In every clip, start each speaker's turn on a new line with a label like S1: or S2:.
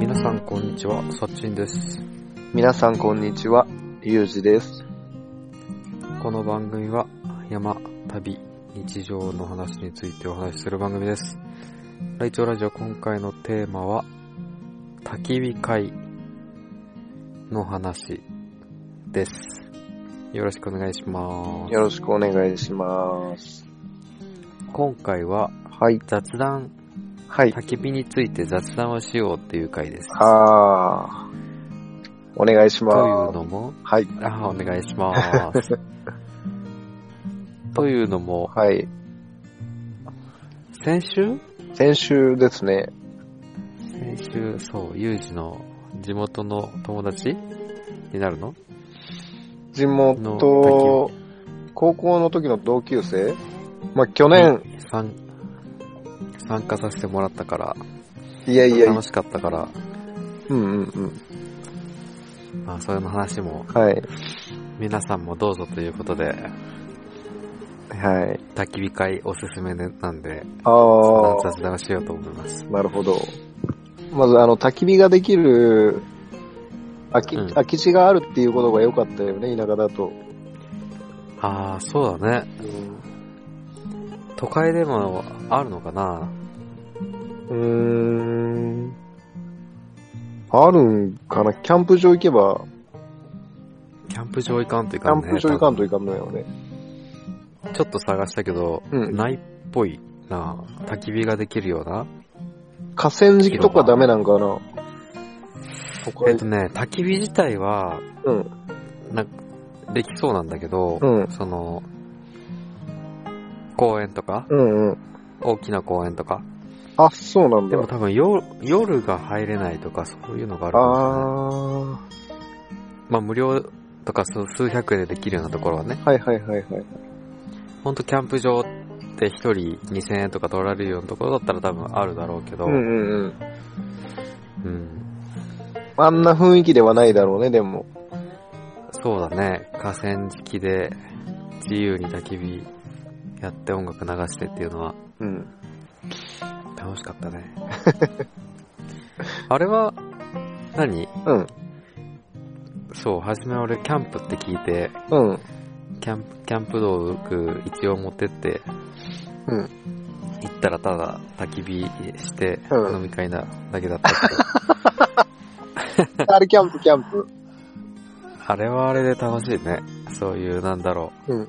S1: 皆さんこんにちは、さっちんです。
S2: 皆さんこんにちは、ゆうじです。
S1: この番組は山、旅、日常の話についてお話しする番組です。ライチョウラジオ今回のテーマは、焚き火会の話です。よろしくお願いします。
S2: よろしくお願いします。
S1: 今回は
S2: はい。
S1: 雑談、
S2: はい。
S1: 焚き火について雑談をしようっていう回です。
S2: あー。お願いし
S1: という
S2: ます。
S1: のも、
S2: はい。
S1: あ、お願いし ます。というのも、
S2: はい。
S1: 先週
S2: 先週ですね。
S1: 先週、そう、ユージの地元の友達になるの
S2: 地元、高校の時の同級生まあ、去年、
S1: 参参加させてもらったから、
S2: いやいや、
S1: 楽しかったから、
S2: うんうんうん。
S1: まあ、それの話も
S2: はい。
S1: 皆さんもどうぞということで、
S2: はい。
S1: 焚き火会おすすめなんで、
S2: あー。
S1: 雑談をしようと思います。
S2: なるほど。まず、あの、焚き火ができる空き、
S1: うん
S2: 空き地があるっていうことが良かったよね、田舎だと。
S1: ああ、そうだね。都会でもあるのかな
S2: うーん。あるんかなキャンプ場行けば、
S1: キャンプ場行かんとい
S2: キャ
S1: かん
S2: ン
S1: ね。
S2: プ場行かんといかんのよね。
S1: 多分ちょっと探したけど、
S2: うん
S1: ないっぽいな。焚き火ができるような。
S2: 河川敷とかダメなんかな都
S1: え
S2: 会
S1: っとね、焚き火自体は、
S2: うん。
S1: なんかできそうなんだけど、
S2: うん。
S1: その、公園とか、
S2: うんうん。
S1: 大きな公園とか。
S2: あ、そうなん
S1: で
S2: だ
S1: も。多分夜、夜が入れないとか、そういうのがあるかもしれない
S2: あ
S1: まあ無料とか数数百円でできるようなところはね、
S2: ー。はいはいはいはい。
S1: ほんとキャンプ場って一人2000円とか取られるようなところだったら多分あるだろうけど、
S2: うんうんうん。
S1: うん
S2: あんな雰囲気ではないだろうね、でも。
S1: そうだね、河川敷で自由に焚き火やって音楽流してっていうのは
S2: うん。
S1: 楽しかったね。 あれは、何
S2: うん。
S1: そう、初め俺キャンプって聞いて、
S2: うん。
S1: キャンプ、キャンプ道具一応持ってって、
S2: うん。
S1: 行ったらただ焚き火して
S2: うん
S1: 飲み会なだけだったけ ど、
S2: あれキャンプキャンプ。
S1: あれはあれで楽しいね。そういう、なんだろう。
S2: うん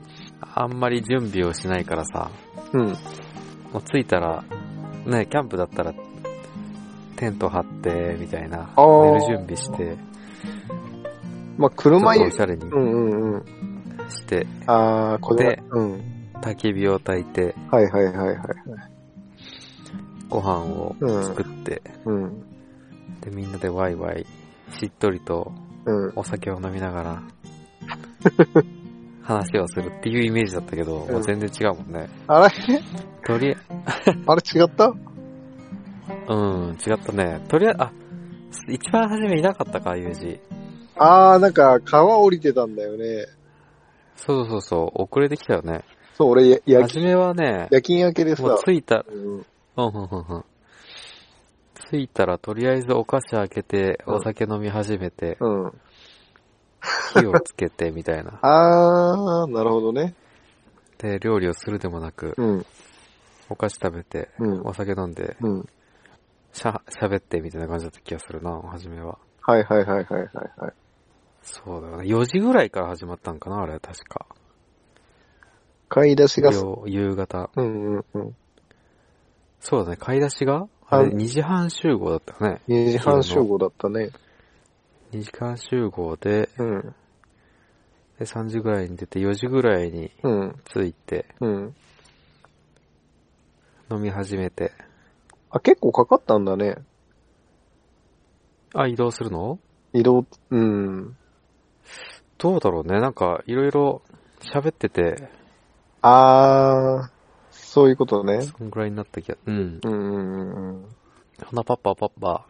S1: あんまり準備をしないからさ、
S2: うん。
S1: もう着いたら、ね、キャンプだったら、テント張って、みたいな、
S2: あー
S1: 寝る準備して、
S2: まあ、
S1: ちょ
S2: 車
S1: っとお
S2: 前
S1: しゃれに
S2: うんうんうん。
S1: して、
S2: あー、これ
S1: で。
S2: うん。
S1: 焚き火を焚いて、
S2: はいはいはいはい。
S1: ご飯を
S2: うん
S1: 作。って、
S2: うん。
S1: で、みんなでワイワイ、しっとりと
S2: うん。
S1: お酒を飲みなが ら、話をするっていうイメージだったけど、
S2: うん
S1: もう全然違うもんね。
S2: あれ
S1: とりあ
S2: あれ違った
S1: うん、違ったね。とりあえず、あ、一番初めいなかったか、ユージ。
S2: あー、なんか、川降りてたんだよね。
S1: そうそうそう、遅れてきたよね。
S2: そう、俺、や夜
S1: 初
S2: 勤、
S1: めはね、
S2: 夜勤明けでさ
S1: も、う着いた、
S2: うん
S1: うんうんうんうん。着いたら、とりあえずお菓子開けて、
S2: うん
S1: お酒飲み始めて、
S2: うん。
S1: 火をつけて、みたいな。
S2: あー、なるほどね。
S1: で、料理をするでもなく、
S2: うん。
S1: お菓子食べて、
S2: うん
S1: お酒飲んで、
S2: うん。
S1: しゃ、喋って、みたいな感じだった気がするな、初めは。
S2: はいはいはいはいはいはい。
S1: そうだよね。4時ぐらいから始まったんかな、あれ、確か。
S2: 買い出しが、
S1: よう夕方。
S2: うんうんうん。
S1: そうだね、買い出しがあれ、
S2: あ
S1: 2時半集合だったよね。
S2: 2時半集合だったね。
S1: 2時間集合で、
S2: うん。
S1: で3時ぐらいに出て、4時ぐらいに
S2: うん。
S1: 着いて、
S2: うん。
S1: 飲み始めて。
S2: あ、結構かかったんだね。
S1: あ、移動するの
S2: 移動、うん。
S1: どうだろうね、なんか、いろいろ喋ってて、
S2: あー、そういうことね。
S1: そんぐらいになった気が、うん。
S2: うんうんうんうん。
S1: そんなパッパパッパ、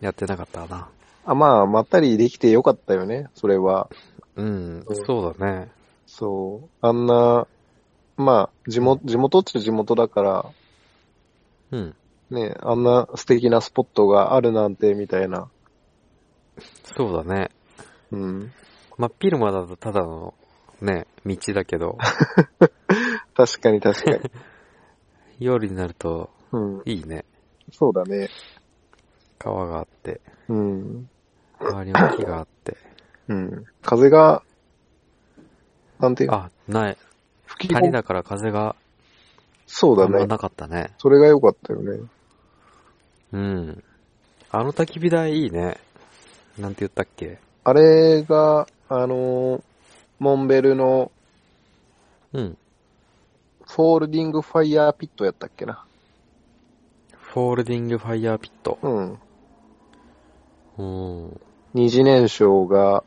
S1: やってなかったな。
S2: あ、まあ、まったりできてよかったよね、それは。
S1: うん
S2: う、ん
S1: そうだね。
S2: そう。あんな、まあ、地元、地元っちゃ地元だから、
S1: うん。
S2: ね、あんな素敵なスポットがあるなんて、みたいな。
S1: そうだね。
S2: うん。
S1: 真っ昼間だとただの、ね、道だけ ど、
S2: 確かに確かに。
S1: 夜になると
S2: うん。
S1: いいね。
S2: そうだね。
S1: 川があって、
S2: うん。
S1: 周りの木があ って。
S2: うん。風が、なんていうの
S1: あ、ない。
S2: 吹き込
S1: 谷
S2: む。
S1: だから風が
S2: そう
S1: あ
S2: だ
S1: んま
S2: ね。
S1: なかったね。
S2: それが良かったよね。
S1: うん。あの焚き火台いいね。なんて言ったっけ
S2: あれが、あのーモンベルの
S1: うん。
S2: フォールディングファイヤーピットやったっけな。
S1: フォールディングファイヤーピット。
S2: うん。
S1: うん。うん
S2: 二次燃焼が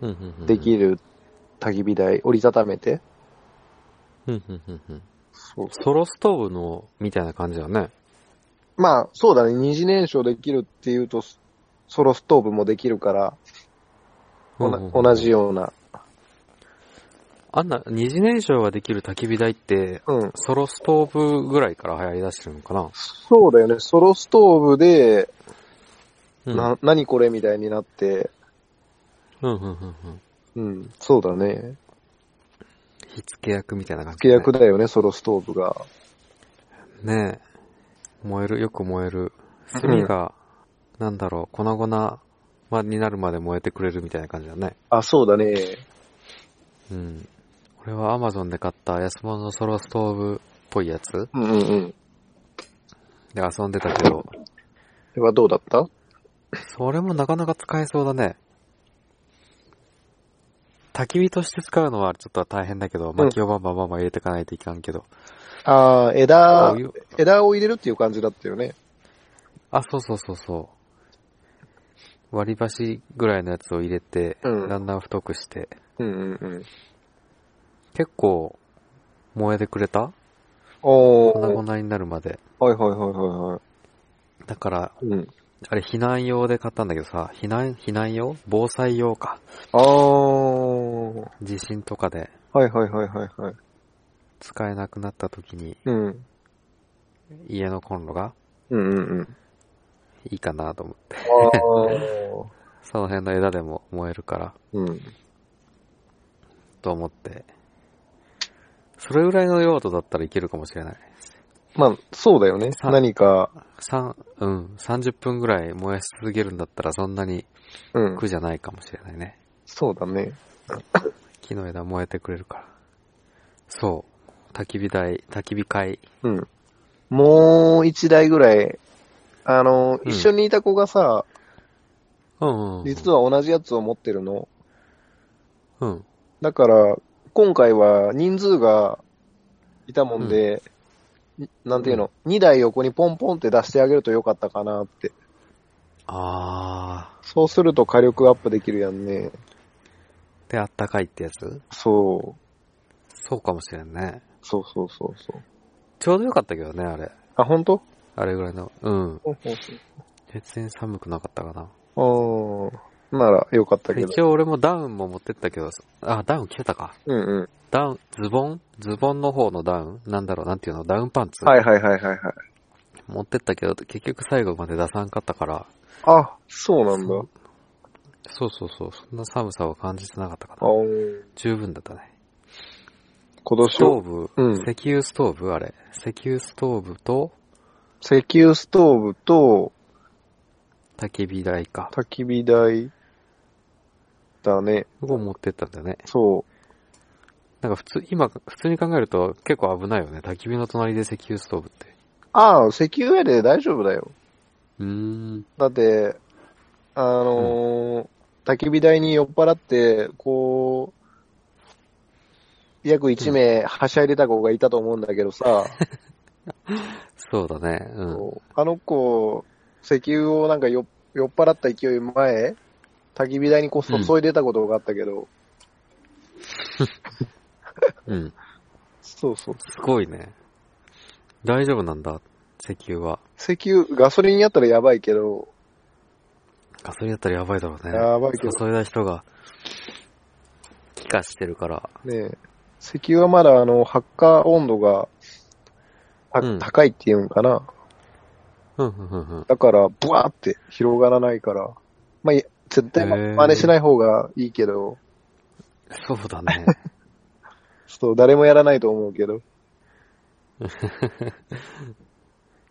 S1: うんうん。
S2: できる焚き火台、折りたためて。
S1: うんうんうんうん。
S2: そう
S1: ソロストーブの、みたいな感じだね。
S2: まあ、そうだね。二次燃焼できるっていうと、ソソロストーブもできるから、おな
S1: うんうん
S2: 同じ。ような。
S1: あんな、二次燃焼ができる焚き火台って、
S2: うん。
S1: ソロストーブぐらいから流行り出してるのかな、
S2: そうだよね。ソロストーブで、
S1: うん、
S2: な、何これみたいになって、
S1: うんうんうんうん。
S2: うん。そうだね。
S1: 火付け役みたいな感じ、
S2: 付け役だよね、ソロストーブが。
S1: ねえ。燃える、よく燃える。炭が、なんだろう、粉々まになるまで燃えてくれるみたいな感じだね。
S2: あ、そうだね。
S1: うん。俺はアマゾンで買った安物のソロストーブっぽいやつ
S2: うんうんうん。
S1: で遊んでたけど、
S2: ではどうだった
S1: それもなかなか使えそうだね。焚き火として使うのはちょっと大変だけど、薪をバンバンバンバン入れていかないといかんけど。
S2: ああ、
S1: あ
S2: 枝
S1: お、湯
S2: 枝を入れるっていう感じだったよね。
S1: あ、そうそうそうそう。割り箸ぐらいのやつを入れて、
S2: うん
S1: だんだん太くして、
S2: うんうんうん。
S1: 結構燃えてくれた
S2: お
S1: 粉
S2: ー。
S1: 々になるまで。
S2: はいはいはいはいは
S1: だから、
S2: い。うん。
S1: あれ避難用で買ったんだけどさ、避難、避難用防災用か。
S2: あー。
S1: 地震とかで
S2: はいはいはいはいはい。
S1: 使えなくなった時に
S2: うん。
S1: 家のコンロが
S2: うんうんうん。
S1: いいかなと思って。
S2: あー。
S1: その辺の枝でも燃えるから、
S2: うん。
S1: と思って。それぐらいの用途だったらいけるかもしれない。
S2: まあ、そうだよね。
S1: さ
S2: 何か、
S1: 三、うん、30分ぐらい燃やし続けるんだったらそんなに
S2: うん。
S1: 苦じゃないかもしれないね。
S2: そうだね。
S1: 木の枝燃えてくれるから。そう。焚き火台、焚き火会。
S2: うん。もう一台ぐらい、あの、
S1: うん
S2: 一緒にいた子がさ、
S1: うん、うん。
S2: 実
S1: は。
S2: は同じやつを持ってるの。
S1: うん。
S2: だから、今回は人数がいたもんで、になんていうの、2台横にポンポンって出してあげるとよかったかなって。
S1: あ
S2: そうすると火力アップできるやんね。
S1: ー。で、あったかいってやつ
S2: そう。
S1: そうかもしれんね。
S2: そうそうそうそう。
S1: ちょうどよかったけどね、あれ。
S2: あ、本当？
S1: あれぐらいの。うん。
S2: ほんと
S1: 別に寒くなかったかな。
S2: ほんとあーならよかったけど。
S1: 一応俺もダウンも持ってったけど、あ、ダウン着てたか。
S2: うんうん。
S1: ダウン、ズボンズボンの方のダウンなんだろう、なんていうのダウンパンツ、
S2: はいはいはいはいはい。
S1: 持ってったけど、結局最後まで出さんかったから、
S2: あ、そうなんだ。
S1: そそうそうそう、そんな寒さを感じてなかったか
S2: あ
S1: な。
S2: ー
S1: 十分だったね。
S2: 今年
S1: ストー
S2: は
S1: ブ、
S2: うん
S1: 石油ストーブあれ。石油ストーブと
S2: 石油ストーブと
S1: 焚き火台か。
S2: 焚き火台だね。
S1: ここ持ってったんだよね。
S2: そう。
S1: なんか普通、今、普通に考えると結構危ないよね。焚き火の隣で石油ストーブって。
S2: ああ、石油やで大丈夫だよ。
S1: うーん。
S2: だって、あのー焚き火台に酔っ払って、こう、約1名はしゃいでた子がいたと思うんだけどさ、
S1: そうだね。うん。
S2: こうあの子、石油をなんか酔っ酔っ払った勢い前、焚き火台にこう注いでたことがあったけど、
S1: うん。
S2: そうそう。
S1: すごいね。大丈夫なんだ、石油は。
S2: 石油、ガソリンやったらやばいけど、
S1: ガソリンだったらやばいだろうね。
S2: やばいけど
S1: 注いだ人が、気化してるから。
S2: ねえ石油はまだ、あの、発火温度が、た
S1: うん
S2: 高いっていうんかな。
S1: うん、うん、うん。
S2: だから、ブワーって広がらないから。まあ、い絶対ま
S1: へえ
S2: 真似しない方がいいけど、
S1: そうだ ね。
S2: ちょっと誰もやらないと思うけど。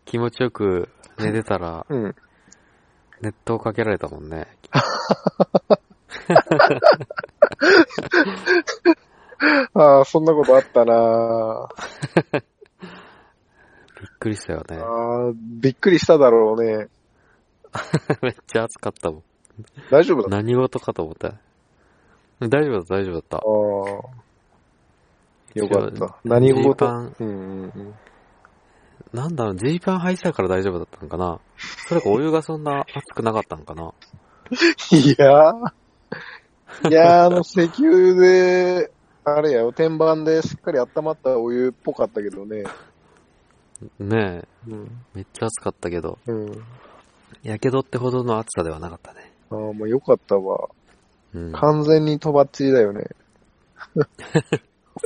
S1: 気持ちよく寝てたら、
S2: うん。
S1: 熱湯かけられたもんね。
S2: ああ、そんなことあったなあ
S1: びっくりしたよね。
S2: あーびっくりしただろうね。
S1: めっちゃ暑かったもん。
S2: 大丈夫だっ
S1: 何事かと思った。大丈夫だった、大丈夫だった
S2: た。ああ。よかっ
S1: 一応
S2: た。何
S1: ジー
S2: 事
S1: パ
S2: うん
S1: ン、
S2: うんうん。
S1: なんだろう、ジーパン履いてたから大丈夫だったのかなそれかお湯がそんな熱くなかったのかない
S2: やー。いやー、あの、石油で、あれやよ、天板でしっかり温まったお湯っぽかったけどね。
S1: ねえ、
S2: うん。
S1: めっちゃ暑かったけど、
S2: うん。
S1: やけどってほどの暑さではなかったね。
S2: ああ、もうよかったわ。
S1: うん。
S2: 完全にとばっちりだよね。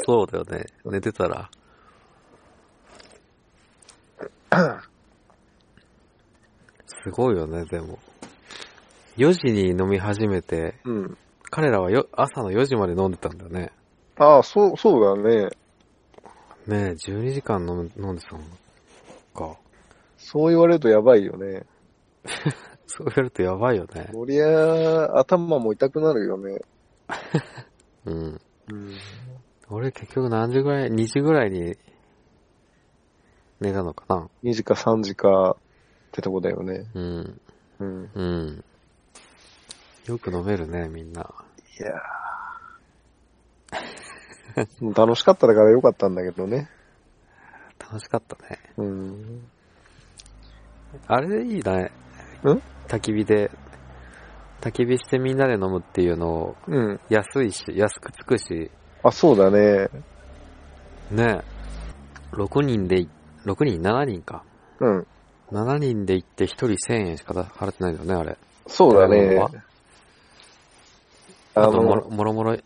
S1: そうだよね。寝てたら。すごいよね、でも。4時に飲み始めて、
S2: うん。
S1: 彼らはよ朝の4時まで飲んでたんだよね。
S2: ああ、そう、そうだね。
S1: ねえ、12時間飲む飲んでたのか。
S2: そう言われるとやばいよね。
S1: そうやるとやばいよね。
S2: そりゃあ、頭も痛くなるよね。
S1: うん。
S2: うん。
S1: 俺結局何時ぐらい、2時ぐらいに寝たのかな。
S2: 2時か3時かってとこだよね。
S1: うん。
S2: うん。い
S1: うん。よく飲めるね、みんな。
S2: やーもう楽しかっただからよかったんだけどね。
S1: 楽しかったね。
S2: うん。
S1: あれでいいね。
S2: ん
S1: 焚き火で、焚き火してみんなで飲むっていうのを、
S2: うん。
S1: 安いし、安くつくし、
S2: あ、そうだね。
S1: ねえ、6人で、6人、7人か。
S2: うん。
S1: 7人で行って1人1000円しか払ってないよね、あれ。
S2: そうだ
S1: 食べ
S2: ね
S1: 物は。
S2: あ
S1: あともろ、
S2: の、
S1: もろもろ、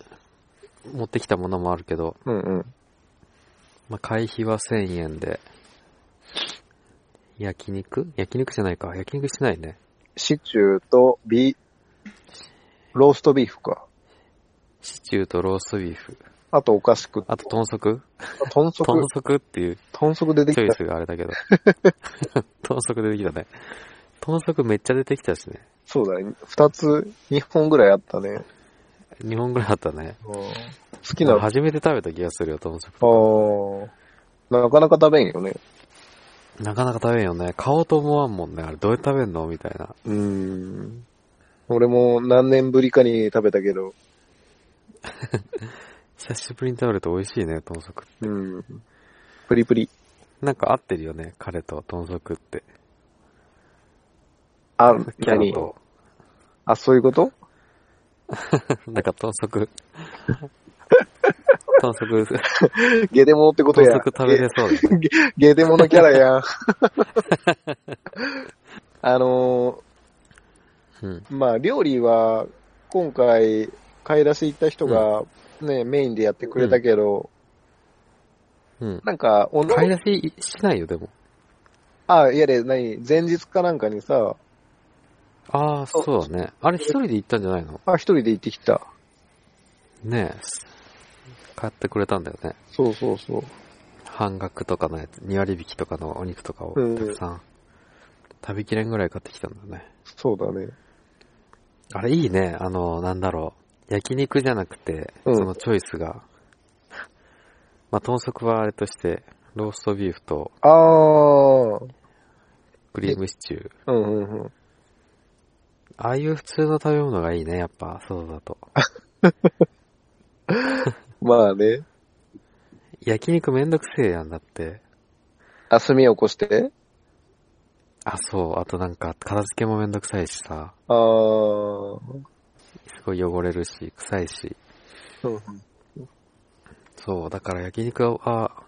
S1: 持ってきたものもあるけど、
S2: うんうん。
S1: まあ、会費は1000円で、焼肉焼肉じゃないか。焼肉してないね。
S2: シチューとビ、ローストビーフか。
S1: シチューとローストビーフ。
S2: あとお菓子食って
S1: あと、豚足
S2: 豚
S1: 豚
S2: 足、
S1: 足っていう
S2: 豚足出て
S1: チョ
S2: き
S1: イ
S2: た。
S1: スがあれだ けど。豚足出てきたね。豚足めっちゃ出てきたしね。
S2: そうだね。二つ、二本ぐらいあったね。
S1: 2本ぐらいあったね。
S2: 好きな、あ
S1: 初めて食べた気がするよ、豚足。
S2: ーなかなか食べんよね。
S1: なかなか食べんよね。買おうと思わんもんね。あれ、どうやって食べんのみたいな。
S2: うーん。俺も何年ぶりかに食べたけど、
S1: 久しぶりに食べると美味しいね、豚足。
S2: うん。プリプリ。
S1: なんか合ってるよね、彼と豚足って。
S2: あ、
S1: キャラ
S2: 何
S1: と。
S2: あ、そういうこと
S1: なんか豚 足。豚足、
S2: ゲデモってこと
S1: 豚
S2: や
S1: 足。食べれそうだよね。
S2: ゲゲデモのキャラや。 あの
S1: うん。
S2: ーまあ、料理は、今回、買い出し行った人が、ね、メインでやってくれたけど、
S1: うん。
S2: なんか、お
S1: 買い出ししないよ、でも。
S2: あ、いやで、何前日かなんかにさ、
S1: ああ、そうだね。あれ、一人で行ったんじゃないの
S2: あ、一人で行ってきた。
S1: ねえ、買ってくれたんだよね。
S2: そうそうそう。
S1: 半額とかのやつ、2割引きとかのお肉とかをた
S2: うん
S1: くさん、食べきれんぐらい買ってきたんだよね。
S2: そうだね。
S1: あれいいね、あの、なんだろう。焼肉じゃなくて、
S2: うん
S1: そのチョイスが。まあ、豚足はあれとして、ローストビーフと
S2: あー。
S1: クリームシチュー。
S2: うんうんうん。
S1: ああいう普通の食べ物がいいね、やっぱ、そうだと。
S2: まあね。
S1: 焼肉めんどくせえやんだって。
S2: あ、炭起こして。
S1: あ、そう。あとなんか、片付けもめんどくさいしさ、
S2: あー。
S1: すごい汚れるし、臭いし。
S2: うん
S1: そう、だから焼肉は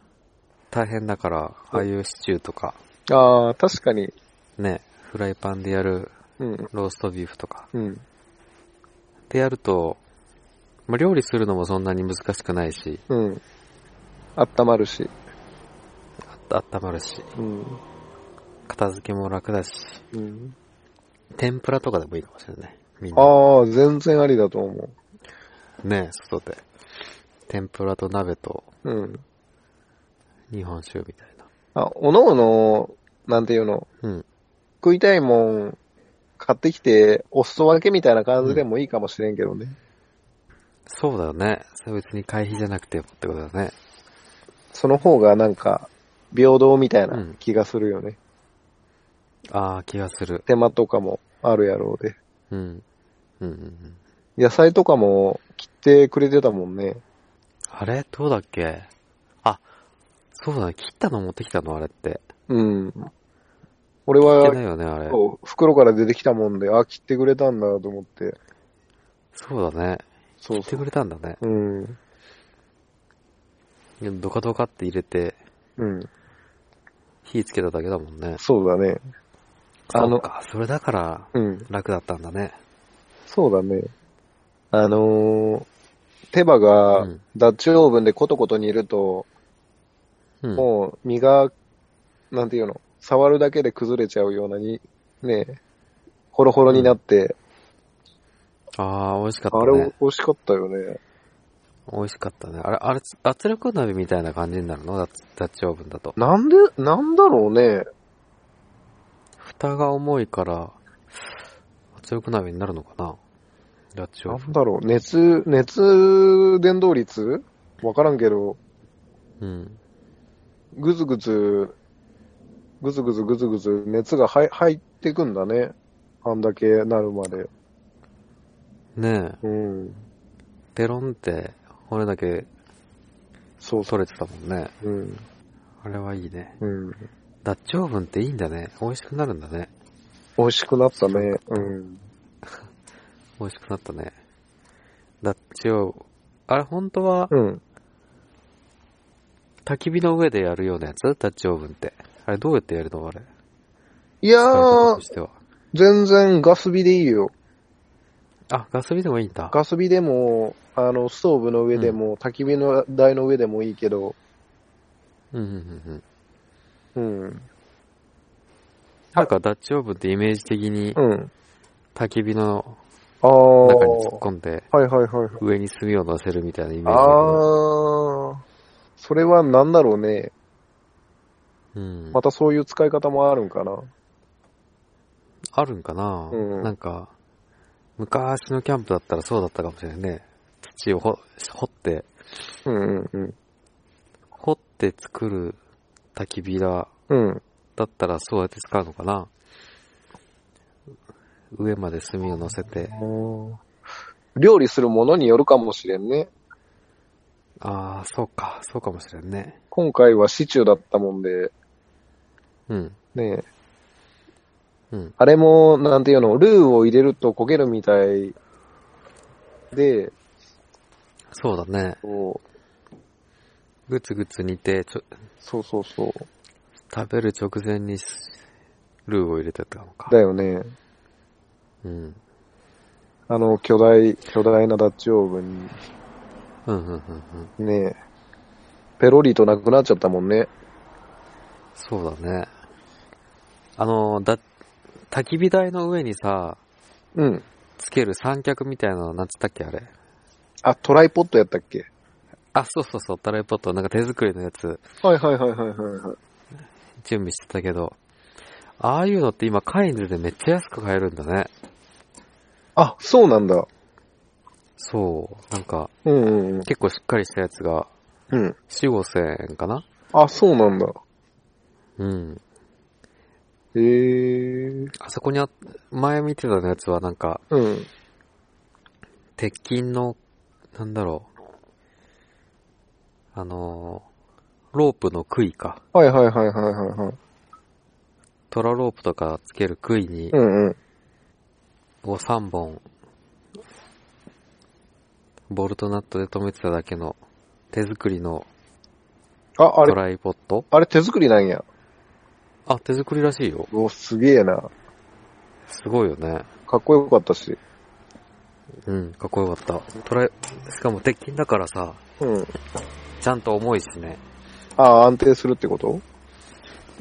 S1: 大変だから、ああいうシチューとか、
S2: あー、確かに。
S1: ね、フライパンでやる
S2: うん。
S1: ローストビーフとか、
S2: うん。
S1: でやると、まあ、料理するのもそんなに難しくないし、
S2: うん。温まるし。
S1: あ温まるし、
S2: うん。
S1: 片付けも楽だし、
S2: うん、
S1: 天ぷらとかでもいいかもしれない。みんな。
S2: ああ、全然ありだと思
S1: ねえ、外で。天ぷらと鍋と
S2: う。うん。
S1: 日本酒みたいな。
S2: あ、おのおの、なんていうの、
S1: うん。
S2: 食いたいもん、買ってきて、お裾分けみたいな感じでもいいかもしれんけどね。
S1: そうだよね。それ別に会費じゃなくてもってことだね。
S2: その方がなんか、平等みたいうなん気がするよね。
S1: ああ、気がする。
S2: 手間とかもあるやろうで。
S1: うん。うんうんうん。
S2: 野菜とかも切ってくれてたもんね。
S1: あれどうだっけあ、そうだね。切ったの持ってきたのあれって。
S2: うん。俺
S1: 切って
S2: は
S1: ないよね、あれ。
S2: そう袋から出てきたもんで、あ、切ってくれたんだと思って。
S1: そうだね。
S2: そう
S1: 切って
S2: そう。
S1: くれたんだね。
S2: うん。
S1: ドカドカって入れて、
S2: うん。
S1: 火つけただけだもんね。
S2: そうだね。あ
S1: そ
S2: の
S1: うか、それだから
S2: うん。
S1: 楽だったんだね。
S2: そうだね。あのー、手羽が
S1: うん
S2: ダッチオーブンでコトコト煮ると、
S1: うん。
S2: もう身が、なんていうの、触るだけで崩れちゃうようなに、ねえ、ホロホロになって、
S1: ああ、美味しかった
S2: あれ
S1: ね。
S2: 美味しかったよね。
S1: 美味しかったね。あれ、あれ、圧力鍋みたいな感じになるのダッチダッチオーブンだと。
S2: なんで、なんだろうね。
S1: 蓋が重いから、圧力鍋になるのかなダッチ
S2: な
S1: オー
S2: んだろう、熱、熱伝導率わからんけど、
S1: ブン。うん。
S2: ぐずぐず、ぐずぐずぐずぐず熱が入入ってくんだね。あんだけなるまで。
S1: ねえ、
S2: うん。
S1: ペロンって骨だけ
S2: そうそ
S1: 取れてたもんね。
S2: う。うん。
S1: あれはいいね。
S2: うん。
S1: ダッチオーブンっていいんだね。美味しくなるんだね。
S2: 美味しくなったね。うん。
S1: 美味しくなったね。ダッチオーブン。あれ、本当は、
S2: うん。
S1: 焚き火の上でやるようなやつダッチオーブンって。あれ、どうやってやるのあれ。
S2: いや
S1: 使い方
S2: ー
S1: と、しては。
S2: 全然ガス火でいいよ。
S1: あ、ガス火でもいいんだ。
S2: ガス火でも、あの、ストーブの上でも、焚き火の台の上でもいいけど、
S1: うんうんうんうん。
S2: うん。
S1: なんかダッチオーブンってイメージ的に
S2: うん。
S1: 焚き火の
S2: あー。
S1: 中に突っ込んで
S2: はいはいはいはい。
S1: 上に炭を乗せるみたいなイメージだけど。
S2: あー、それは何だろうね。
S1: うん。
S2: またそういう使い方もあるんかな。
S1: あるんかな、
S2: うん
S1: なんか、昔のキャンプだったらそうだったかもしれないね。土を掘掘って、
S2: うんうんうん。
S1: 掘って作る焚き火だ
S2: うん。
S1: だったらそうやって使うのかな上まで炭を乗せて。
S2: 料理するものによるかもしれんね。
S1: ああ、そうか、そうかもしれんね。
S2: 今回はシチューだったもんで、
S1: うん、
S2: ねえ
S1: うん。
S2: あれも、なんていうの、ルーを入れると焦げるみたいで、
S1: そうだね。
S2: こう
S1: ぐつぐつ煮て、ちょ、
S2: そうそうそう。
S1: 食べる直前にしルーを入れてたのか。
S2: だよね。
S1: うん。
S2: あの、巨大、巨大なダッチオーブン
S1: うん、うん、うん、うん。
S2: に、ねえペロリとなくなっちゃったもんね。
S1: そうだね。あの、だ、焚き火台の上にさ、
S2: うん。
S1: つける三脚みたいなの、なんつったっけ、あれ。
S2: あ、トライポットやったっけ
S1: あ、そうそうそう、タライポット、なんか手作りのやつ、
S2: はいはいはいはいはいはい。
S1: 準備してたけど、ああいうのって今、カインズでめっちゃ安く買えるんだね。
S2: あ、そうなんだ。
S1: そう。なんか、
S2: うんうんうん。
S1: 結構しっかりしたやつが、
S2: うん。
S1: 4、5千円かな
S2: あ、そうなんだ。
S1: うん。
S2: へえ。
S1: あそこにあ、前見てたのやつはなんか、
S2: うん。
S1: 鉄筋の、なんだろう。あのーロープの杭か。
S2: はいはいはいはいはいはい。
S1: トラロープとかつける杭に
S2: う、んうん。
S1: を3本、ボルトナットで止めてただけの、手作りの
S2: あ、あ
S1: ト
S2: れ、
S1: ライポット
S2: あれ手作りなんや。
S1: あ、手作りらしいよ。
S2: お、すげえな。
S1: すごいよね。
S2: かっこよかったし。
S1: うん、かっこよかった。トライ、しかも鉄筋だからさ、
S2: うん。
S1: ちゃんと重いしね。
S2: ああ、安定するってこと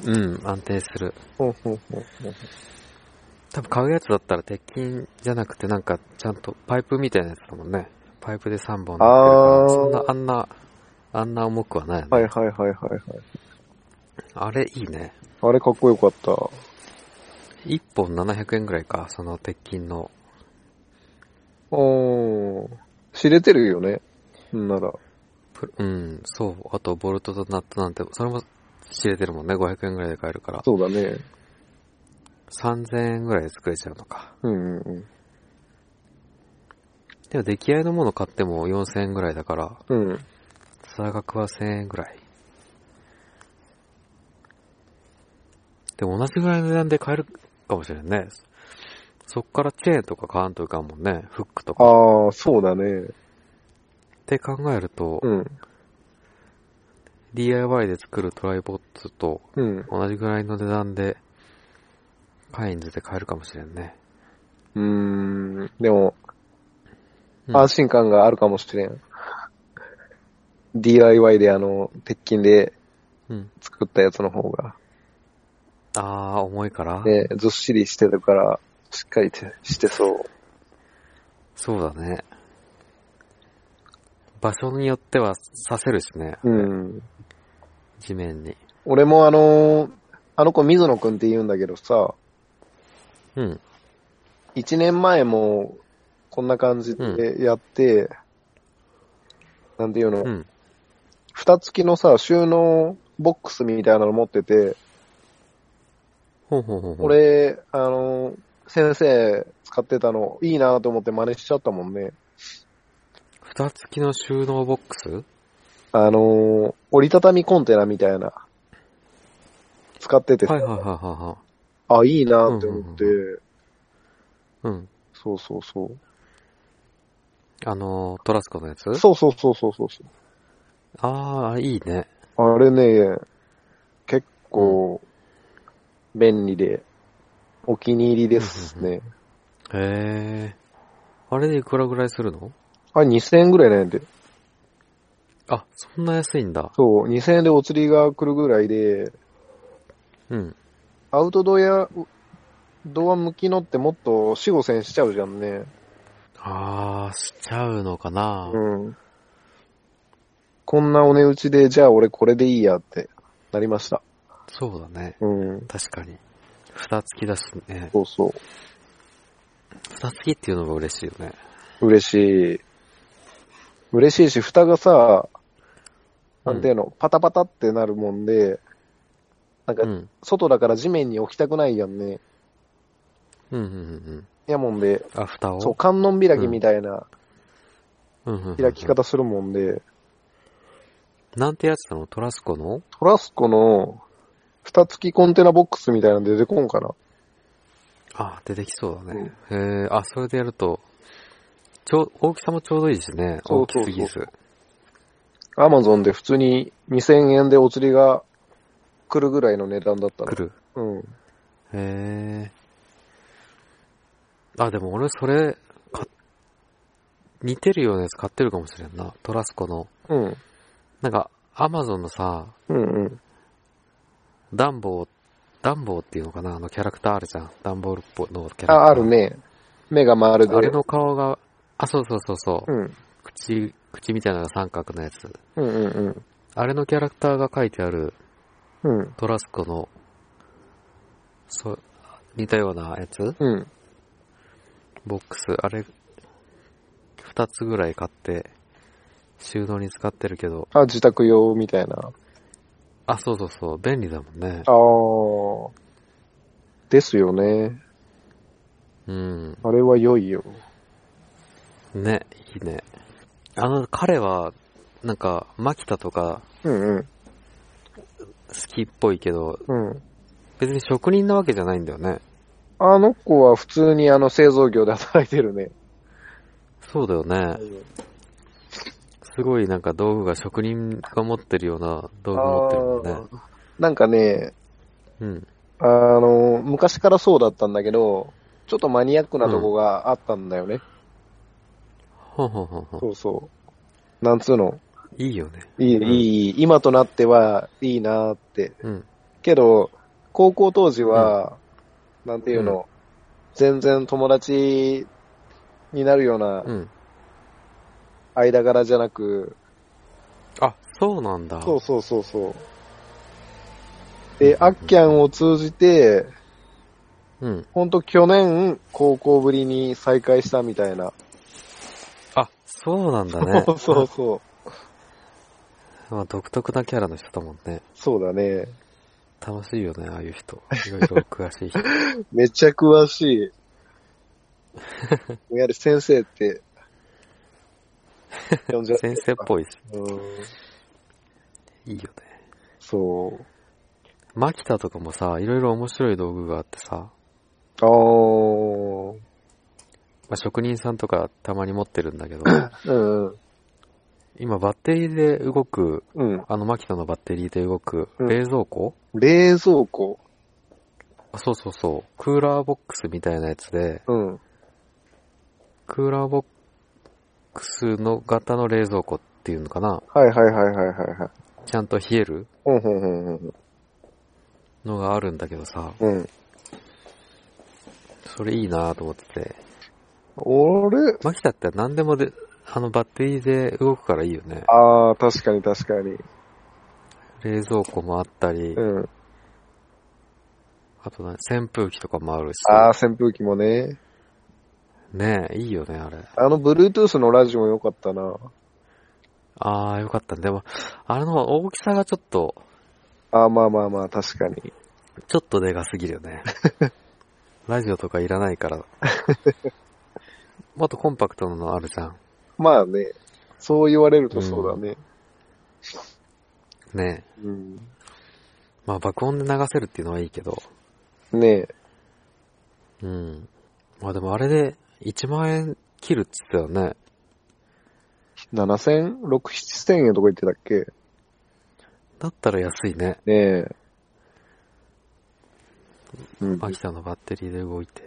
S1: うん、安定する。
S2: ほうほうほう
S1: 多分買うやつだったら鉄筋じゃなくてなんかちゃんとパイプみたいなやつだもんね。パイプで3本
S2: あー
S1: そんな、あんな、あんな重くはないよね、
S2: はいはいはいはいはい。
S1: あれいいね。
S2: あれかっこよかった。
S1: 1本700円ぐらいか、その鉄筋の。
S2: おー。知れてるよね。なら。
S1: プロうん、そう。あとボルトとナットなんて、それも知れてるもんね。500円ぐらいで買えるから。
S2: そうだね。
S1: 3000円ぐらいで作れちゃうのか。
S2: うんうん
S1: でも出来合いのもの買っても4000円ぐらいだから、
S2: うん。うん。
S1: 差額は1000円ぐらい。でも同じぐらいの値段で買えるかもしれんね。そっからチェーンとか買わんといかんもんね。フックとか。っ
S2: ああ、そうだね。
S1: て考えると、
S2: うん。
S1: DIY で作るトライポッドと
S2: うん。
S1: 同じぐらいの値段で、カインズで買えるかもしれんね。
S2: うーん。でも、
S1: うん
S2: 安心感があるかもしれん。DIY であの、鉄筋で
S1: うん。
S2: 作ったやつの方が、
S1: あー、重いから、
S2: ね、ずっしりしてるから、しっかりてしてそう。
S1: そうだね。場所によってはさせるしね。
S2: うん。
S1: 地面に。
S2: 俺もあの、あの子水野くんって言うんだけどさ、
S1: うん。
S2: 一年前もこんな感じでやって、なんていう
S1: う
S2: の、
S1: ん。
S2: 蓋付きのさ、収納ボックスみたいなの持ってて、
S1: ほうほうほうほう。
S2: 俺、あの、先生使ってたのいいなと思って真似しちゃったもんね。
S1: 蓋付きの収納ボックス
S2: あの、折りたたみコンテナみたいな、使っててさ、
S1: はいはいはいはいはい。
S2: あ、いいなって思って、
S1: うんううん。
S2: そうそうそう。
S1: あのー、トラスコのやつ
S2: そうそうそうそうそう。
S1: ああ、いいね。
S2: あれね、結構、便利で、お気に入りですね。
S1: へえ。あれでいくらぐらいするの
S2: あれ2000円ぐらいなんで。
S1: あ、そんな安いんだ。
S2: そう、2000円でお釣りが来るぐらいで、
S1: うん。
S2: アウトドアや、ドア向きのってもっと4、5000円しちゃうじゃんね。
S1: ああ、しちゃうのかな、
S2: うん。こんなお値打ちで、じゃあ俺これでいいやってなりました。
S1: そうだね。
S2: うん。
S1: 確かに。蓋付きだしね。
S2: そうそ
S1: 蓋付きっていうのが嬉しいよね。
S2: う。嬉しい。嬉しいし、蓋がさ、なんていうの、パタパタってなるもんで、なんか
S1: うん。
S2: 外だから地面に置きたくないやんね。
S1: うん、うん、うん
S2: やもんで、
S1: うん。あ、蓋を
S2: そう、観音開きみたいな
S1: うんうんうんうん。
S2: 開き方するもんで、
S1: なんてやつなのトラスコの
S2: トラスコの蓋付きコンテナボックスみたいなの出てこんかな。
S1: あ、出てきそうだね。へえ、あ、それでやると、ちょう、大きさもちょうどいいしね。
S2: そう
S1: 大
S2: そうそう
S1: きすぎず。
S2: アマゾンで普通に2000円でお釣りが来るぐらいの値段だったの。
S1: 来る。
S2: うん。
S1: へえ。あ、でも俺それ、か、似てるようなやつ買ってるかもしれんな。トラスコの。
S2: うん。
S1: なんか、アマゾンのさ、
S2: うんうん。
S1: ダンボー、ダンボーっていうのかなあのキャラクターあるじゃん。ダンボールっぽいのキャラクター。
S2: あ、ある。ね。目が回るで。
S1: あれの顔が、あ、そうそうそうそうう。
S2: ん。
S1: 口、口みたいなのが三角のやつ。
S2: うんうん
S1: あれのキャラクターが書いてある
S2: うん。うん。
S1: トラスコの、そう、似たようなやつ
S2: うん。
S1: ボックス、あれ、二つぐらい買って、収納に使ってるけど、
S2: あ、自宅用みたいな。
S1: あ、そうそうそう、便利だもんね。
S2: あー。ですよね。
S1: うん。
S2: あれは良いよ。
S1: ね、いいね。あの、彼は、なんか、マキタとか
S2: うんうん。
S1: 好きっぽいけど、
S2: うん。
S1: 別に職人なわけじゃないんだよね。
S2: あの子は普通にあの製造業で働いてるね。
S1: そうだよね。すごいなんか道具が職人が持ってるような道具持ってるもんね。
S2: あーなんかね、
S1: うん。
S2: あの、昔からそうだったんだけど、ちょっとマニアックなとこがあったんだよね。
S1: ほんほんほんほん。
S2: そうそう。なんつうの、
S1: いいよね。
S2: いい、
S1: うん
S2: いい、今となってはいいなーって。
S1: うん。
S2: けど、高校当時は、なんていうの、全然友達になるような
S1: うん。
S2: 間柄じゃなく、
S1: あ、そうなんだ。
S2: そうそうそうそう。で、アッキャンを通じて、
S1: うん。
S2: ほんと去年、高校ぶりに再会したみたいな。。
S1: あ、そうなんだね
S2: そうそう。
S1: まあ、独特なキャラの人だもんね。
S2: そうだね。
S1: 楽しいよね、ああいう人。いろいろ詳しい 人。
S2: めっちゃ詳し い。やはり先生って、呼んじゃ
S1: 先生っぽいし。
S2: うん
S1: いいよね。
S2: そう。
S1: マキタとかもさ、いろいろ面白い道具があってさ、
S2: あー。
S1: まあ、職人さんとかたまに持ってるんだけ ど、
S2: うん。
S1: 今バッテリーで動く、
S2: うん。
S1: あのマキタのバッテリーで動く
S2: うん
S1: 冷蔵庫、
S2: 冷蔵庫。
S1: あそうそうそう。クーラーボックスみたいなやつで、
S2: うん。
S1: クーラーボックスの型の冷蔵庫っていうのかな
S2: はいはいはいはいはいはい。
S1: ちゃんと冷える
S2: うんうんうんうん
S1: のがあるんだけどさ、
S2: うん。うん。
S1: それいいなと思ってて。
S2: 俺、
S1: マキタって何でもで、あのバッテリーで動くからいいよね。
S2: あー、確かに確かに。
S1: 冷蔵庫もあったり、
S2: うん。
S1: あとね、扇風機とかもあるし。
S2: あー、扇風機もね。
S1: ねえ、いいよね、あれ。
S2: あの、Bluetooth のラジオも良かったな。
S1: ああ、よかった。でも、あれの大きさがちょっと、
S2: あー、まあまあまあ、確かに。
S1: ちょっとでかすぎるよね。ラジオとかいらないから。もっとコンパクトなのあるじゃん。
S2: まあね。そう言われるとそうだね。
S1: ねえ。
S2: うん。
S1: まあ爆音で流せるっていうのはいいけど。
S2: ねえ。
S1: うん。まあでもあれで1万円切るって言ってたよね。
S2: 7000、6、7000円とか言ってたっけ
S1: だったら安いね。
S2: ねえ。うん。か
S1: マキタのバッテリーで動いて。
S2: っ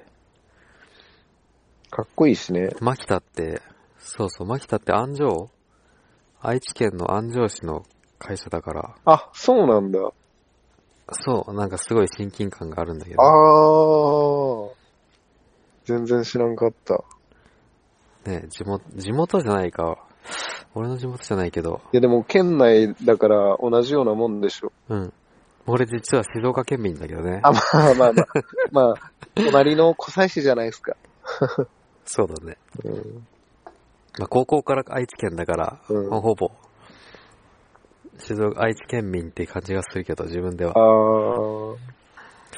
S2: こいいしね。
S1: マキタって、そうそう、マキタって安城愛知県の安城市の会社だから、
S2: あ、そうなんだ。
S1: そう、なんかすごい親近感があるんだけど、
S2: あー。全然知らんかった。い
S1: ね、地元、地元じゃないか、俺の地元じゃないけど、
S2: やでも県内だから同じようなもんでしょ。
S1: うん。俺実は静岡県民だけどね。
S2: あ、まあまあまあ。まあ、隣の湖西市じゃないですか。
S1: そうだね。
S2: うん。
S1: まあ、高校から愛知県だから、
S2: うん
S1: まあほぼ、静岡、愛知県民って感じがするけど、自分で
S2: あ
S1: は。
S2: ー。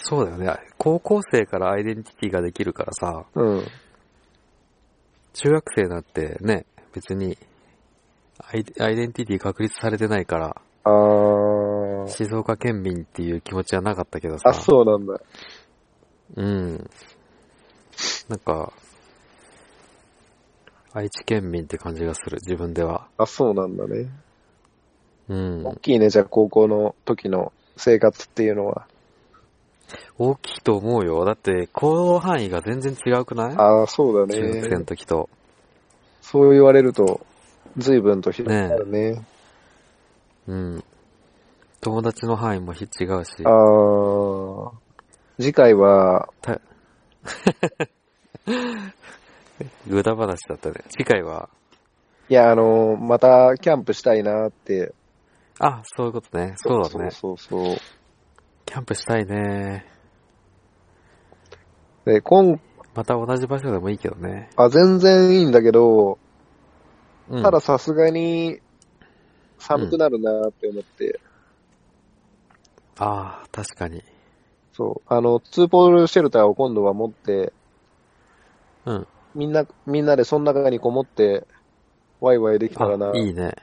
S1: そうだよね。高校生からアイデンティティができるからさ、
S2: うん。
S1: 中学生になってね、別にアイ、アイデンティティ確立されてないから、
S2: あー。
S1: 静岡県民っていう気持ちはなかったけどさ。
S2: あ、そうなんだ。
S1: うん。なんか、愛知県民って感じがする、自分では。
S2: あ、そうなんだね。
S1: うん。
S2: 大きいね、じゃあ高校の時の生活っていうのは。
S1: 大きいと思うよ。だって、行動範囲が全然違うくない
S2: ああ、そうだ
S1: 中学生の
S2: ね。
S1: 時と。
S2: そう言われると、随分と広がるね。
S1: うん。友達の範囲もひ違うし
S2: あ。あ、次回は、
S1: たぐだ話だったね。次回は、
S2: いや、あの、またキャンプしたいなって。
S1: あ、そういうことね。そうだね。
S2: そうそうそう
S1: キャンプしたいね。
S2: で、今、
S1: また同じ場所でもいいけどね。
S2: あ、全然いいんだけど、
S1: うん。
S2: たださすがに、寒くなるなって思って、
S1: ああ、確かに。
S2: そう、あの、ツーポールシェルターを今度は持って、
S1: うん。
S2: みんな、みんなでその中にこもって、ワイワイできたらな
S1: あ、いいね。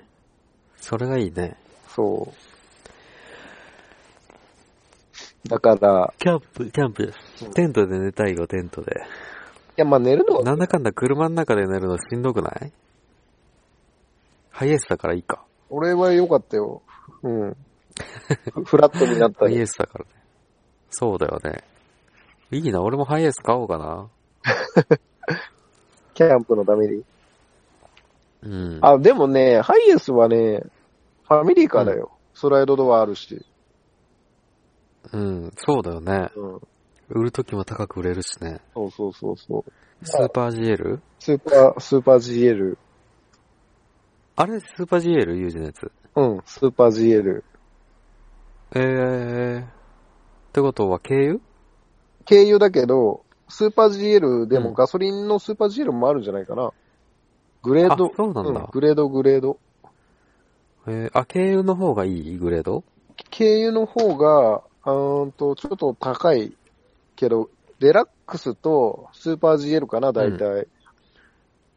S1: それがいいね。
S2: そう。だから、
S1: キャンプ、キャンプ。テントで寝たいよ、テントで。
S2: いや、まあ寝るのは、
S1: なんだかんだ車の中で寝るのしんどくないハイエースだからいいか。
S2: 俺は良かったよ。うん。ふ フラットになった
S1: ハイエ
S2: よ。
S1: ースだからね。そうだよね。いいな、俺もハイエース買おうかな。
S2: キャンプのために。
S1: うん。
S2: あ、でもね、ハイエースはね、ファミリーカーだよ。スライドドアあるし。
S1: うん、そうだよね。
S2: うん。
S1: 売るときも高く売れるしね。
S2: そうそうそうそう。
S1: スーパー GL?
S2: スーパー、スーパー GL。
S1: あれ、スーパー GL? ユージのやつ。
S2: うん、スーパー GL。
S1: えー。ってことは、経由
S2: 軽油だけど、スーパー GL で
S1: うん
S2: もガソリンのスーパー GL もあるんじゃないかな。グレー
S1: あ
S2: ド、、
S1: そうなん
S2: うん
S1: だ。
S2: グレードグレード。
S1: えー、あ、経由の方がいいグレード
S2: 軽油の方が、うーんと、ちょっと高いけど、デラックスとスーパー GL かな、大体。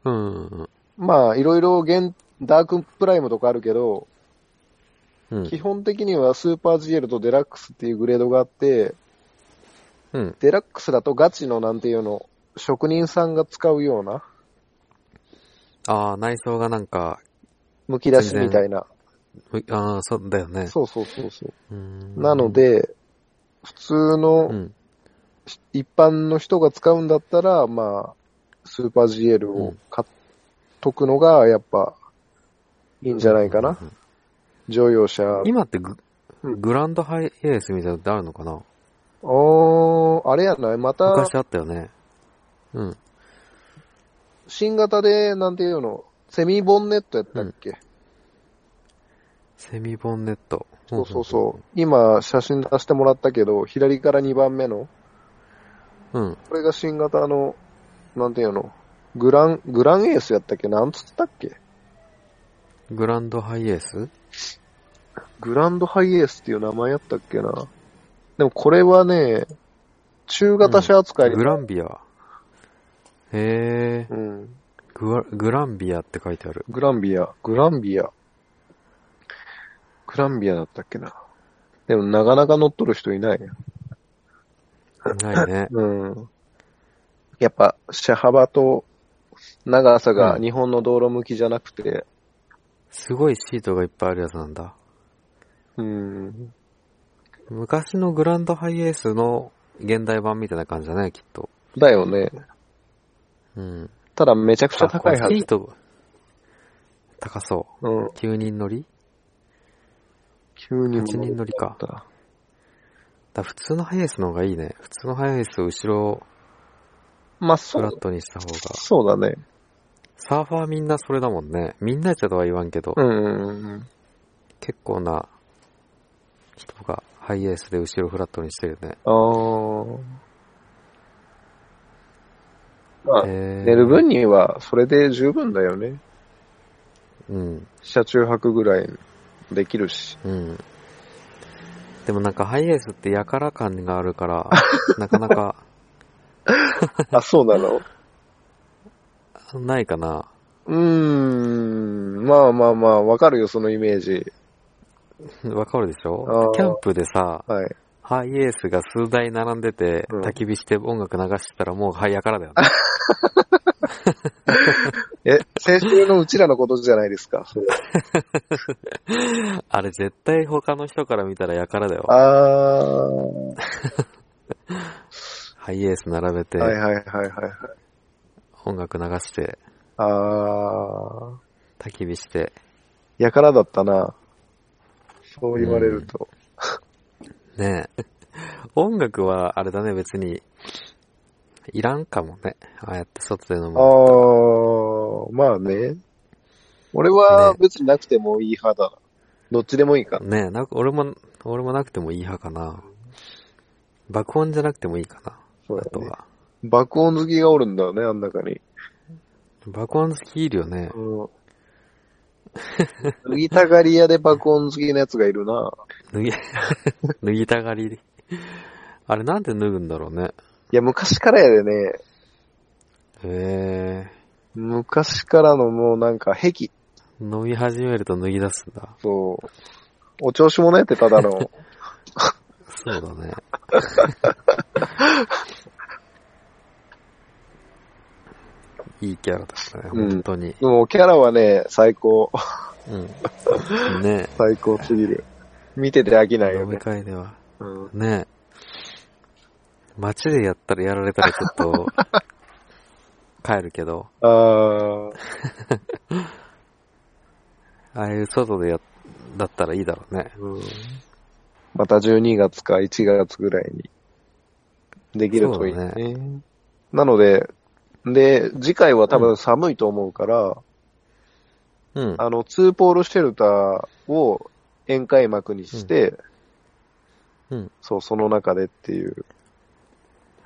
S1: うん。
S2: まあ、いろいろ現、ダークプライムとかあるけど、
S1: うん。
S2: 基本的にはスーパー GL とデラックスっていうグレードがあって、
S1: うん。
S2: デラックスだとガチのなんていうの、職人さんが使うような、
S1: ああ、内装がなんか、
S2: 剥き出しみたいな。
S1: うああ、そうだよね。
S2: そうそうそうそう。
S1: うん
S2: なの、で、普通
S1: う
S2: の
S1: ん。
S2: 一般の人が使うんだったら、まあ、スーパー GL を買っとくのが、やっぱ、いいんじゃないかな。
S1: うん。
S2: 乗用車。
S1: 今ってグ
S2: うん
S1: グランドハイエースみたいなのってあるのかな
S2: おー、あれやないまた、
S1: 昔あったよね。うん。
S2: 新型で、なんていうの、セミボンネットやったっけ、
S1: セミボンネット。
S2: そうそうそう。今、写真出してもらったけど、左から2番目の、
S1: うん。うん。
S2: これが新型の、なんていうの、グラン、グランエースやったっけなんつったっけ
S1: グランドハイエース
S2: グランドハイエースっていう名前やったっけな。でもこれはね、中型車扱い。
S1: グランビア。へえ
S2: う、ん。
S1: グワグランビアって書いてある。
S2: グランビア。グランビア。グランビアだったっけな。でもなかなか乗っとる人いない。
S1: ないね。
S2: うん。やっぱ、車幅と長さが日本の道路向きじゃなくて、
S1: すごいシートがいっぱいあるやつなんだ。
S2: うん。
S1: 昔のグランドハイエースの現代版みたいな感じだね、きっと。
S2: だよね。
S1: うん。
S2: ただめちゃくちゃ高い
S1: あ
S2: は
S1: これシー
S2: ず。
S1: ト、高そう。
S2: うん。
S1: 9人乗り
S2: 9
S1: ?8
S2: 人
S1: 人乗りか。
S2: だ。
S1: だ普通のハイエースの方がいいね。普通のハイエースを後ろ
S2: まあ、そ
S1: フラ
S2: う
S1: ッ、トにした方が。
S2: そうだね。
S1: サーファーみんなそれだもんね。みんなちゃとは言わんけど、
S2: うん。
S1: 結構な人がハイエースで後ろフラットにしてるね。
S2: あーまあ、
S1: えー
S2: 寝る分にはそれで十分だよね。
S1: うん、
S2: 車中泊ぐらいできる し。
S1: うん。でもなんかハイエースってやから感がある から、なかなか
S2: あ、そうなの
S1: ないかな。
S2: うーん。まあまあまあ、わかるよ、そのイメージ。
S1: わかるでし
S2: あ
S1: ょ
S2: ー
S1: キャンプでさ、
S2: はい。
S1: ハイエースが数台並んでて、
S2: うん
S1: 焚き火して音楽流してたらもうハイヤからだよね。
S2: え、先週のうちらのことじゃないですか。それ
S1: あれ絶対他の人から見たらやからだよ。
S2: あー。
S1: ハイエース並べて、
S2: はいはいはいはい。はい
S1: 音楽流して、
S2: あー。
S1: 焚き火して、
S2: やからだったな。そう言われると。
S1: ねえ。音楽はあれだね、別に。いらんかもね。ああやって外で飲む
S2: あ
S1: の。
S2: ー、まあね。俺は
S1: ね
S2: 別になくてもいい派だな。どっちでもいいかな。
S1: ねえ、なんか俺も、俺もなくてもいい派かな。爆音じゃなくてもいいかな。
S2: そう
S1: あと
S2: だね。
S1: は。
S2: 爆音好きがおるんだよね、あん中に。
S1: 爆音好きいるよね。
S2: うん。脱ぎたがり屋で爆音好きなやつがいるな。
S1: 脱ぎ、 脱ぎたがり。あれなんで脱ぐんだろうね。
S2: いや、昔からやでね。
S1: へ
S2: 昔からのもうなんか癖。
S1: え。飲み始めると脱ぎ出すんだ。
S2: そう。お調子者やってただ ろう。
S1: そうだ ね。いいキャラだったね、
S2: うん
S1: 本当に。
S2: でもキャラはね、最高。
S1: うん。ね
S2: 最高すぎる。見てて飽きな
S1: え、
S2: いよ
S1: 飲み
S2: ね。
S1: 会では。
S2: うん。
S1: ねえ。街でやったらやられたらちょっと、帰るけど、
S2: あー。
S1: ああいう外でや、だったらいいだろうね。
S2: うん。また12月か1月ぐらいにできるといい
S1: そうだ
S2: ね。なので、で、次回は多分寒いと思うから、
S1: うん。
S2: あの、ツーポールシェルターを宴会幕にして、
S1: うんうん
S2: そう、その中でっていう、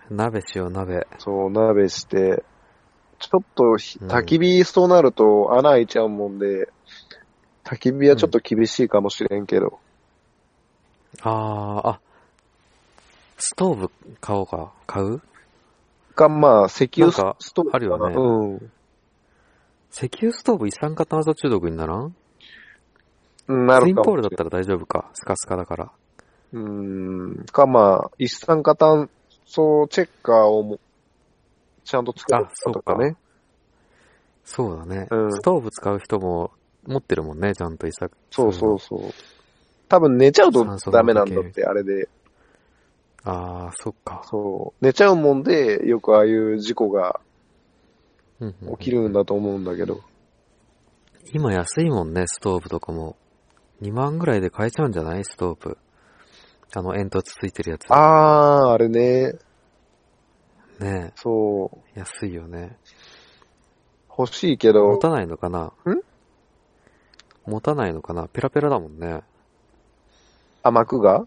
S1: 鍋しよう、鍋。
S2: そう、鍋して、ちょっとひ
S1: うん
S2: 焚き火そうなると穴開いちゃうもんで、焚き火はちょっと厳しいかもしれんけど、
S1: ああー、あ、ストーブ買おうか。買う
S2: か、まあ、石油
S1: なんか
S2: スストーブかな
S1: あるよね石油ストーブ一酸化炭素中毒にならん
S2: うん。な
S1: ツイ
S2: る
S1: ン
S2: か
S1: ポー
S2: も
S1: ルだ
S2: し
S1: っ
S2: れん
S1: たら大丈夫か。スカスカだから。
S2: うん。か、まあ、一酸化炭素チェッカーをも、ちゃんと使うとかね。
S1: そうだね。
S2: うん
S1: ストーブ使う人も持ってるもんね、ちゃんと一酸
S2: そうそうそう。多分寝ちゃうと
S1: 酸素
S2: ダメなんだ
S1: だけ
S2: って、あれで。
S1: ああ、そっか。
S2: そう。寝ちゃうもんで、よくああいう事故が
S1: うんうんうん
S2: 起きるんだと思うんだけど。
S1: 今安いもんね、ストーブとかも。2万ぐらいで買えちゃうんじゃないストーブ。あの、煙突ついてるやつ。
S2: あー、あれね。
S1: ね
S2: そう。
S1: え安いよね。
S2: 欲しいけ
S1: 持
S2: ど、
S1: たないのかなん持たないのかなペラペラだもんね。
S2: あ、幕が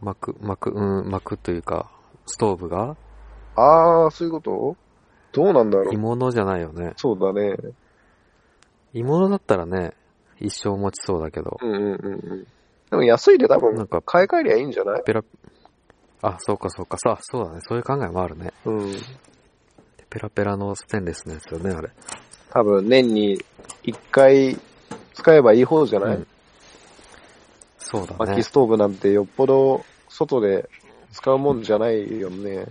S1: 膜、膜、うん、膜というか、ストーブが
S2: あー、そういうことどうなんだろ
S1: 鋳
S2: う。
S1: 物じゃないよね。
S2: そうだね。
S1: 鋳物だったらね、一生持ちそうだけど。
S2: うんうんうんうん。でも安いで多
S1: なん
S2: 分、
S1: か、
S2: 買い替えりゃいいんじゃない
S1: ペラ、あ、そうかそうか、さあ、そうだね。そういう考えもあるね。
S2: うん。
S1: ペラペラのステンレスのやつよね、あれ。
S2: 多分、年に一回使えばいい方じゃない、
S1: うんそうだ
S2: 薪
S1: ね
S2: ス。トーブなんてよっぽど外で使うもんじゃないよね。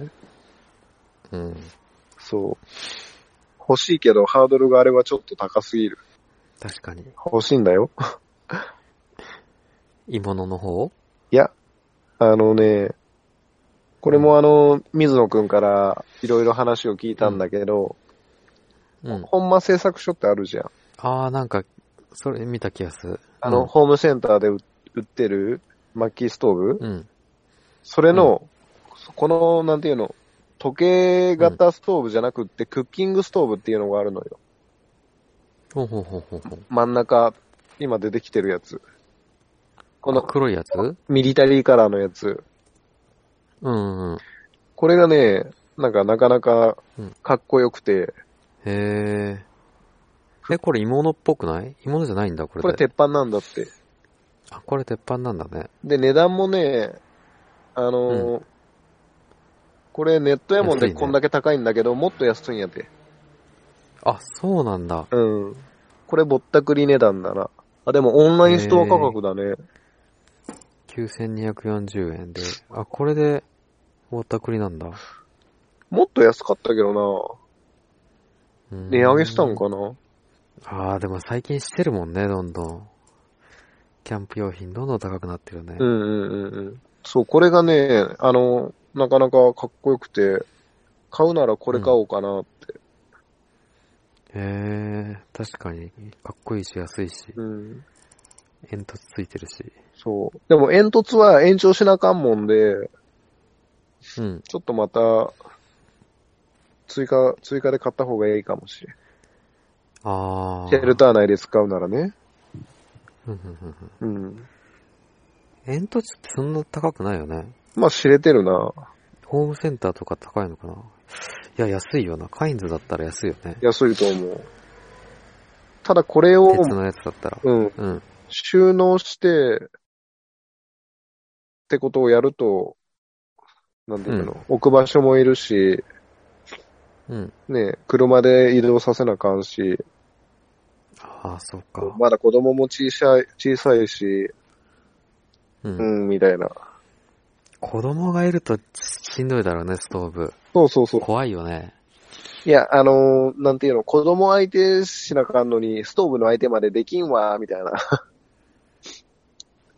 S1: うん。
S2: そう。欲しいけど、ハードルがあればちょっと高すぎる。
S1: 確かに。
S2: 欲しいんだよ。
S1: 鋳物の方
S2: いや、あのね、これもあの、水野くんからいろいろ話を聞いたんだけど、
S1: うん。
S2: 本間製作所ってあるじゃん。
S1: あー、なんか、それ見た気がする。
S2: あの、ホームセンターで売売ってる薪ストーブ
S1: うん、うん。
S2: それの、この、なんていうの、時計型ストーブじゃなくって、クッキングストーブっていうのがあるのよ。
S1: ほうほうほうほうほう。
S2: 真ん中、今出てきてるやつ。こ
S1: この
S2: の
S1: 黒いやつうん
S2: ミリタリーカラーのやつ。
S1: うん。
S2: これがね、なんかなかなか
S1: うん
S2: かっこよくて、
S1: へー。え、これ鋳物っぽくない鋳物じゃないんだ、これ
S2: これ
S1: で。
S2: 鉄板なんだって。
S1: あ、これ鉄板なんだね。
S2: で、値段もね、あのーこれネットやもん
S1: 安い
S2: で
S1: ね
S2: こんだけ高いんだけど、もっと安いんやて。
S1: あ、そうなんだ。
S2: うん。これぼったくり値段だな。あ、でもオンラインストア価格だね。
S1: 9240円で。あ、これで、ぼったくりなんだ。
S2: もっと安かったけど
S1: うん
S2: な。値上げしたんかな
S1: ああ、でも最近してるもんね、どんどん。キャンプ用品どんどん高くなってるね。
S2: うんうんうんうん。そう、これがね、あの、なかなかかっこよくて、買うならこれ買おうかなって。
S1: へえ、確かに、かっこいいし、安いし、
S2: うん
S1: 煙突ついてるし。
S2: そう。でも煙突は延長しなあかんもんで、
S1: うん。
S2: ちょっとまた、追加、追加で買った方がいいかもしれん。
S1: ああ。
S2: シェルター内で使うならね。
S1: うんうんうんうん
S2: うん。
S1: 煙突ってそんな高くないよね。
S2: まあ、知れてるな。
S1: ホームセンターとか高いのかな。いや、安いよな。カインズだったら安いよね。
S2: 安いと思う。ただこれを、
S1: 鉄のやつだったら。
S2: うん、
S1: うん。
S2: 収納して、ってことをやると、なんていうの、置く場所もいるし、
S1: うん。
S2: ね、車で移動させなあかんし、
S1: ああ、そうか。
S2: まだ子供も小さい、小さいし、
S1: うん。
S2: うん、みたいな。
S1: 子供がいるとしんどいだろうね、ストーブ。
S2: そうそうそう。
S1: 怖いよね。
S2: いや、あのーなんていうの、子供相手しなあかんのに、ストーブの相手までできんわ、みたいな。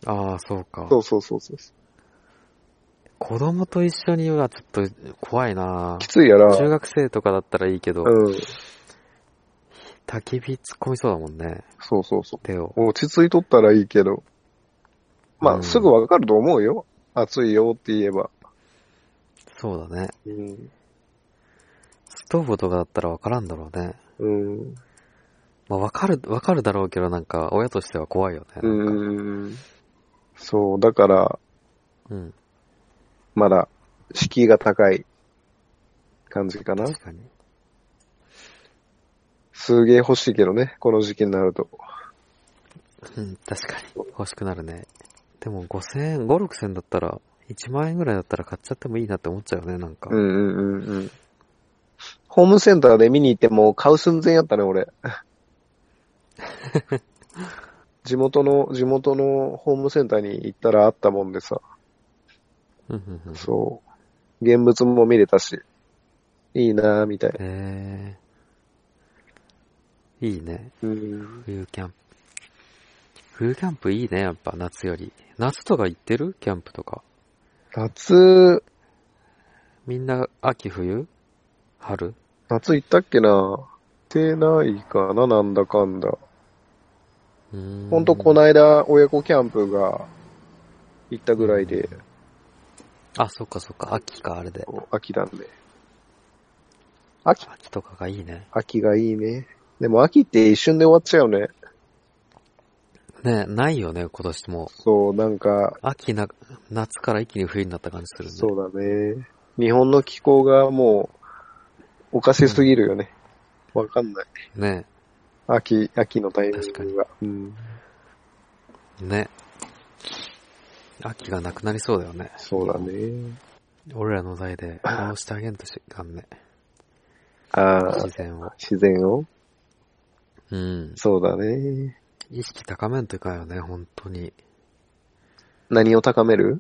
S1: ああ、そうか。
S2: そうそうそうそう。
S1: 子供と一緒にはちょっと怖いな
S2: きついやら。
S1: 中学生とかだったらいいけど、
S2: うん。
S1: 焚き火突っ込みそうだもんね、
S2: そうそうそ
S1: 手を。
S2: う。落ち着いとったらいいけど。ま
S1: う
S2: あ、
S1: ん
S2: すぐわかると思うよ。暑いよって言えば。
S1: そうだね。
S2: うん。
S1: ストーブとかだったらわからんだろうね。
S2: うん。
S1: まあわかる、わかるだろうけどなんか、親としては怖いよね。
S2: う
S1: なんか
S2: ん。そう、だから、
S1: うん。
S2: まだ、敷居が高い感じかな。
S1: 確かに。
S2: すげえ欲しいけどね、この時期になると。
S1: うん、確かに。欲しくなるね。でも5000円、5、6000だったら、1万円ぐらいだったら買っちゃってもいいなって思っちゃうよね、なんか。
S2: うんうんうんうん。ホームセンターで見に行っても買う寸前やった ね、俺。地元の、地元のホームセンターに行ったらあったもんでさ、
S1: うん、うん、うん。
S2: そう。現物も見れたし、いいなぁ、みたいな。
S1: へえ。いいね。
S2: うん。
S1: 冬キャンプ。冬キャンプいいね、やっぱ夏より。夏とか行ってるキャンプとか。
S2: 夏、
S1: みんな秋冬春
S2: 夏行ったっけな行ってないかな、なんだかんだ。
S1: うーん
S2: ほんと、こないだ親子キャンプが行ったぐらいで、
S1: あ、そっかそっか、秋か、あれで。
S2: 秋なんで。秋
S1: 秋とかがいいね。
S2: 秋がいいね。でも秋って一瞬で終わっちゃうよね。
S1: ねないよね、今年も。
S2: そう、なんか、
S1: 秋な、夏から一気に冬になった感じするね。。
S2: そううだね。日本の気候がもう、おかしすぎるよね。わかんない。
S1: ね
S2: 秋、秋のタイミ
S1: 確か
S2: ン
S1: に
S2: グが。うん。
S1: ね秋がなくなりそうだよね。
S2: そうだね。
S1: 俺らの代で、直してあげんとしかんね。
S2: ああ
S1: 自、然を。
S2: 自然を
S1: うん。
S2: そうだね。
S1: 意識高めんといかんよね、本当に。
S2: 何を高める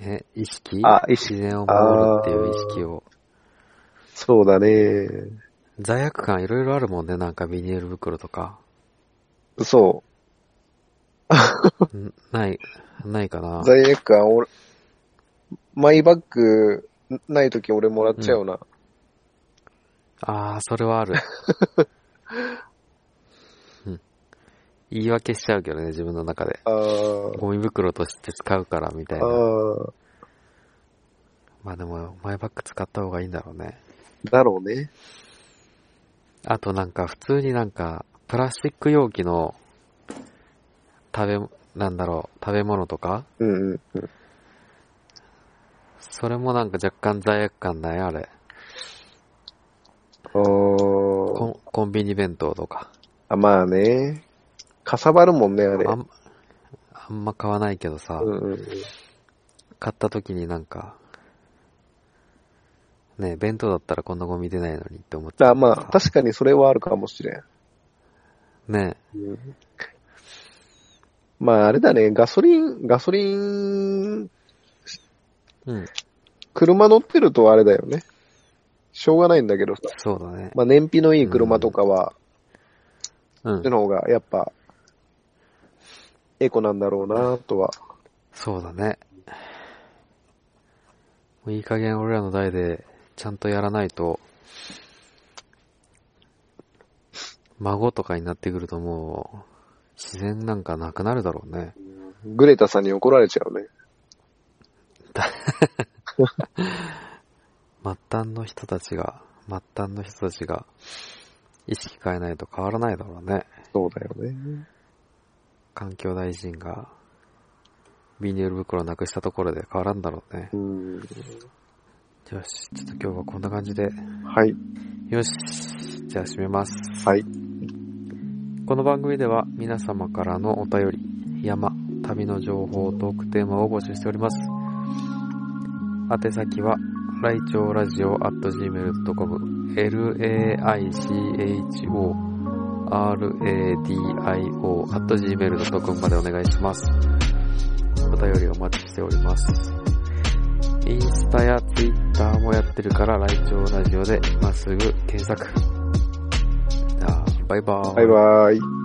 S1: え、意識
S2: あ意識
S1: 自然を守るっていう意識を。
S2: そうだね。
S1: 罪悪感いろいろあるもんね、なんかビニール袋と か。
S2: そ
S1: んない、ないかな
S2: う。。罪悪感、俺、マイバッグ、ない時俺もらっちゃうな。
S1: ああ、それは ある。うん言い訳しちゃうけどね、自分の中で。
S2: あー
S1: ゴミ袋として使うから、みたい
S2: あ
S1: な。
S2: ー。
S1: まあでも、マイバッグ使った方がいいんだろうね。
S2: だろうね。
S1: あとなんか、普通になんか、プラスチック容器の、食べ、なんだろう、食べ物とか
S2: うんうんうん。
S1: それもなんか若干罪悪感ない、あれ。
S2: あ
S1: コ
S2: ー
S1: ンコンビニ弁当とか。
S2: あ、まあね。かさばるもんね、あれ
S1: あ。ん、あんま買わないけどさ、
S2: うんうんうん、
S1: 買った時になんか、ねえ弁当だったらこんなゴミ出ないのにって思っちゃう。
S2: あまあ、確かにそれはあるかもしれん。
S1: ね
S2: うん、まあ、あれだね、ガソリン、ガソリン、
S1: え。うん。
S2: 車乗ってるとあれだよね。しょうがないんだけどさ。
S1: そうだね。
S2: まあ、燃費のいい車とかは、
S1: う
S2: そっ
S1: ん
S2: ち。の方がやっぱ、エコなんだろうな、とは。
S1: そうだね。もういい加減俺らの代で、ちゃんとやらないと、孫とかになってくるともう、自然なんかなくなるだろうね。
S2: グレタさんに怒られちゃうね。
S1: 末端の人たちが、末端の人たちが、意識変えないと変わらないだろうね。
S2: そうだよね。
S1: 環境大臣が、ビニール袋なくしたところで変わらんだろうね。
S2: うん。
S1: よし、ちょっと今日はこんな感じで。
S2: はい。
S1: よし、じゃあ閉めます。
S2: はい。
S1: この番組では皆様からのお便り、山、旅の情報、トークテーマを募集しております。宛先は、来庁ラジオ at gmail.com、laicho radio at gmail.com までお願いします。お便りお待ちしております。インスタやツイッターもやってるから、来庁ラジオで今すぐ検索。じゃあ、バイバーイ。
S2: バイバーイ。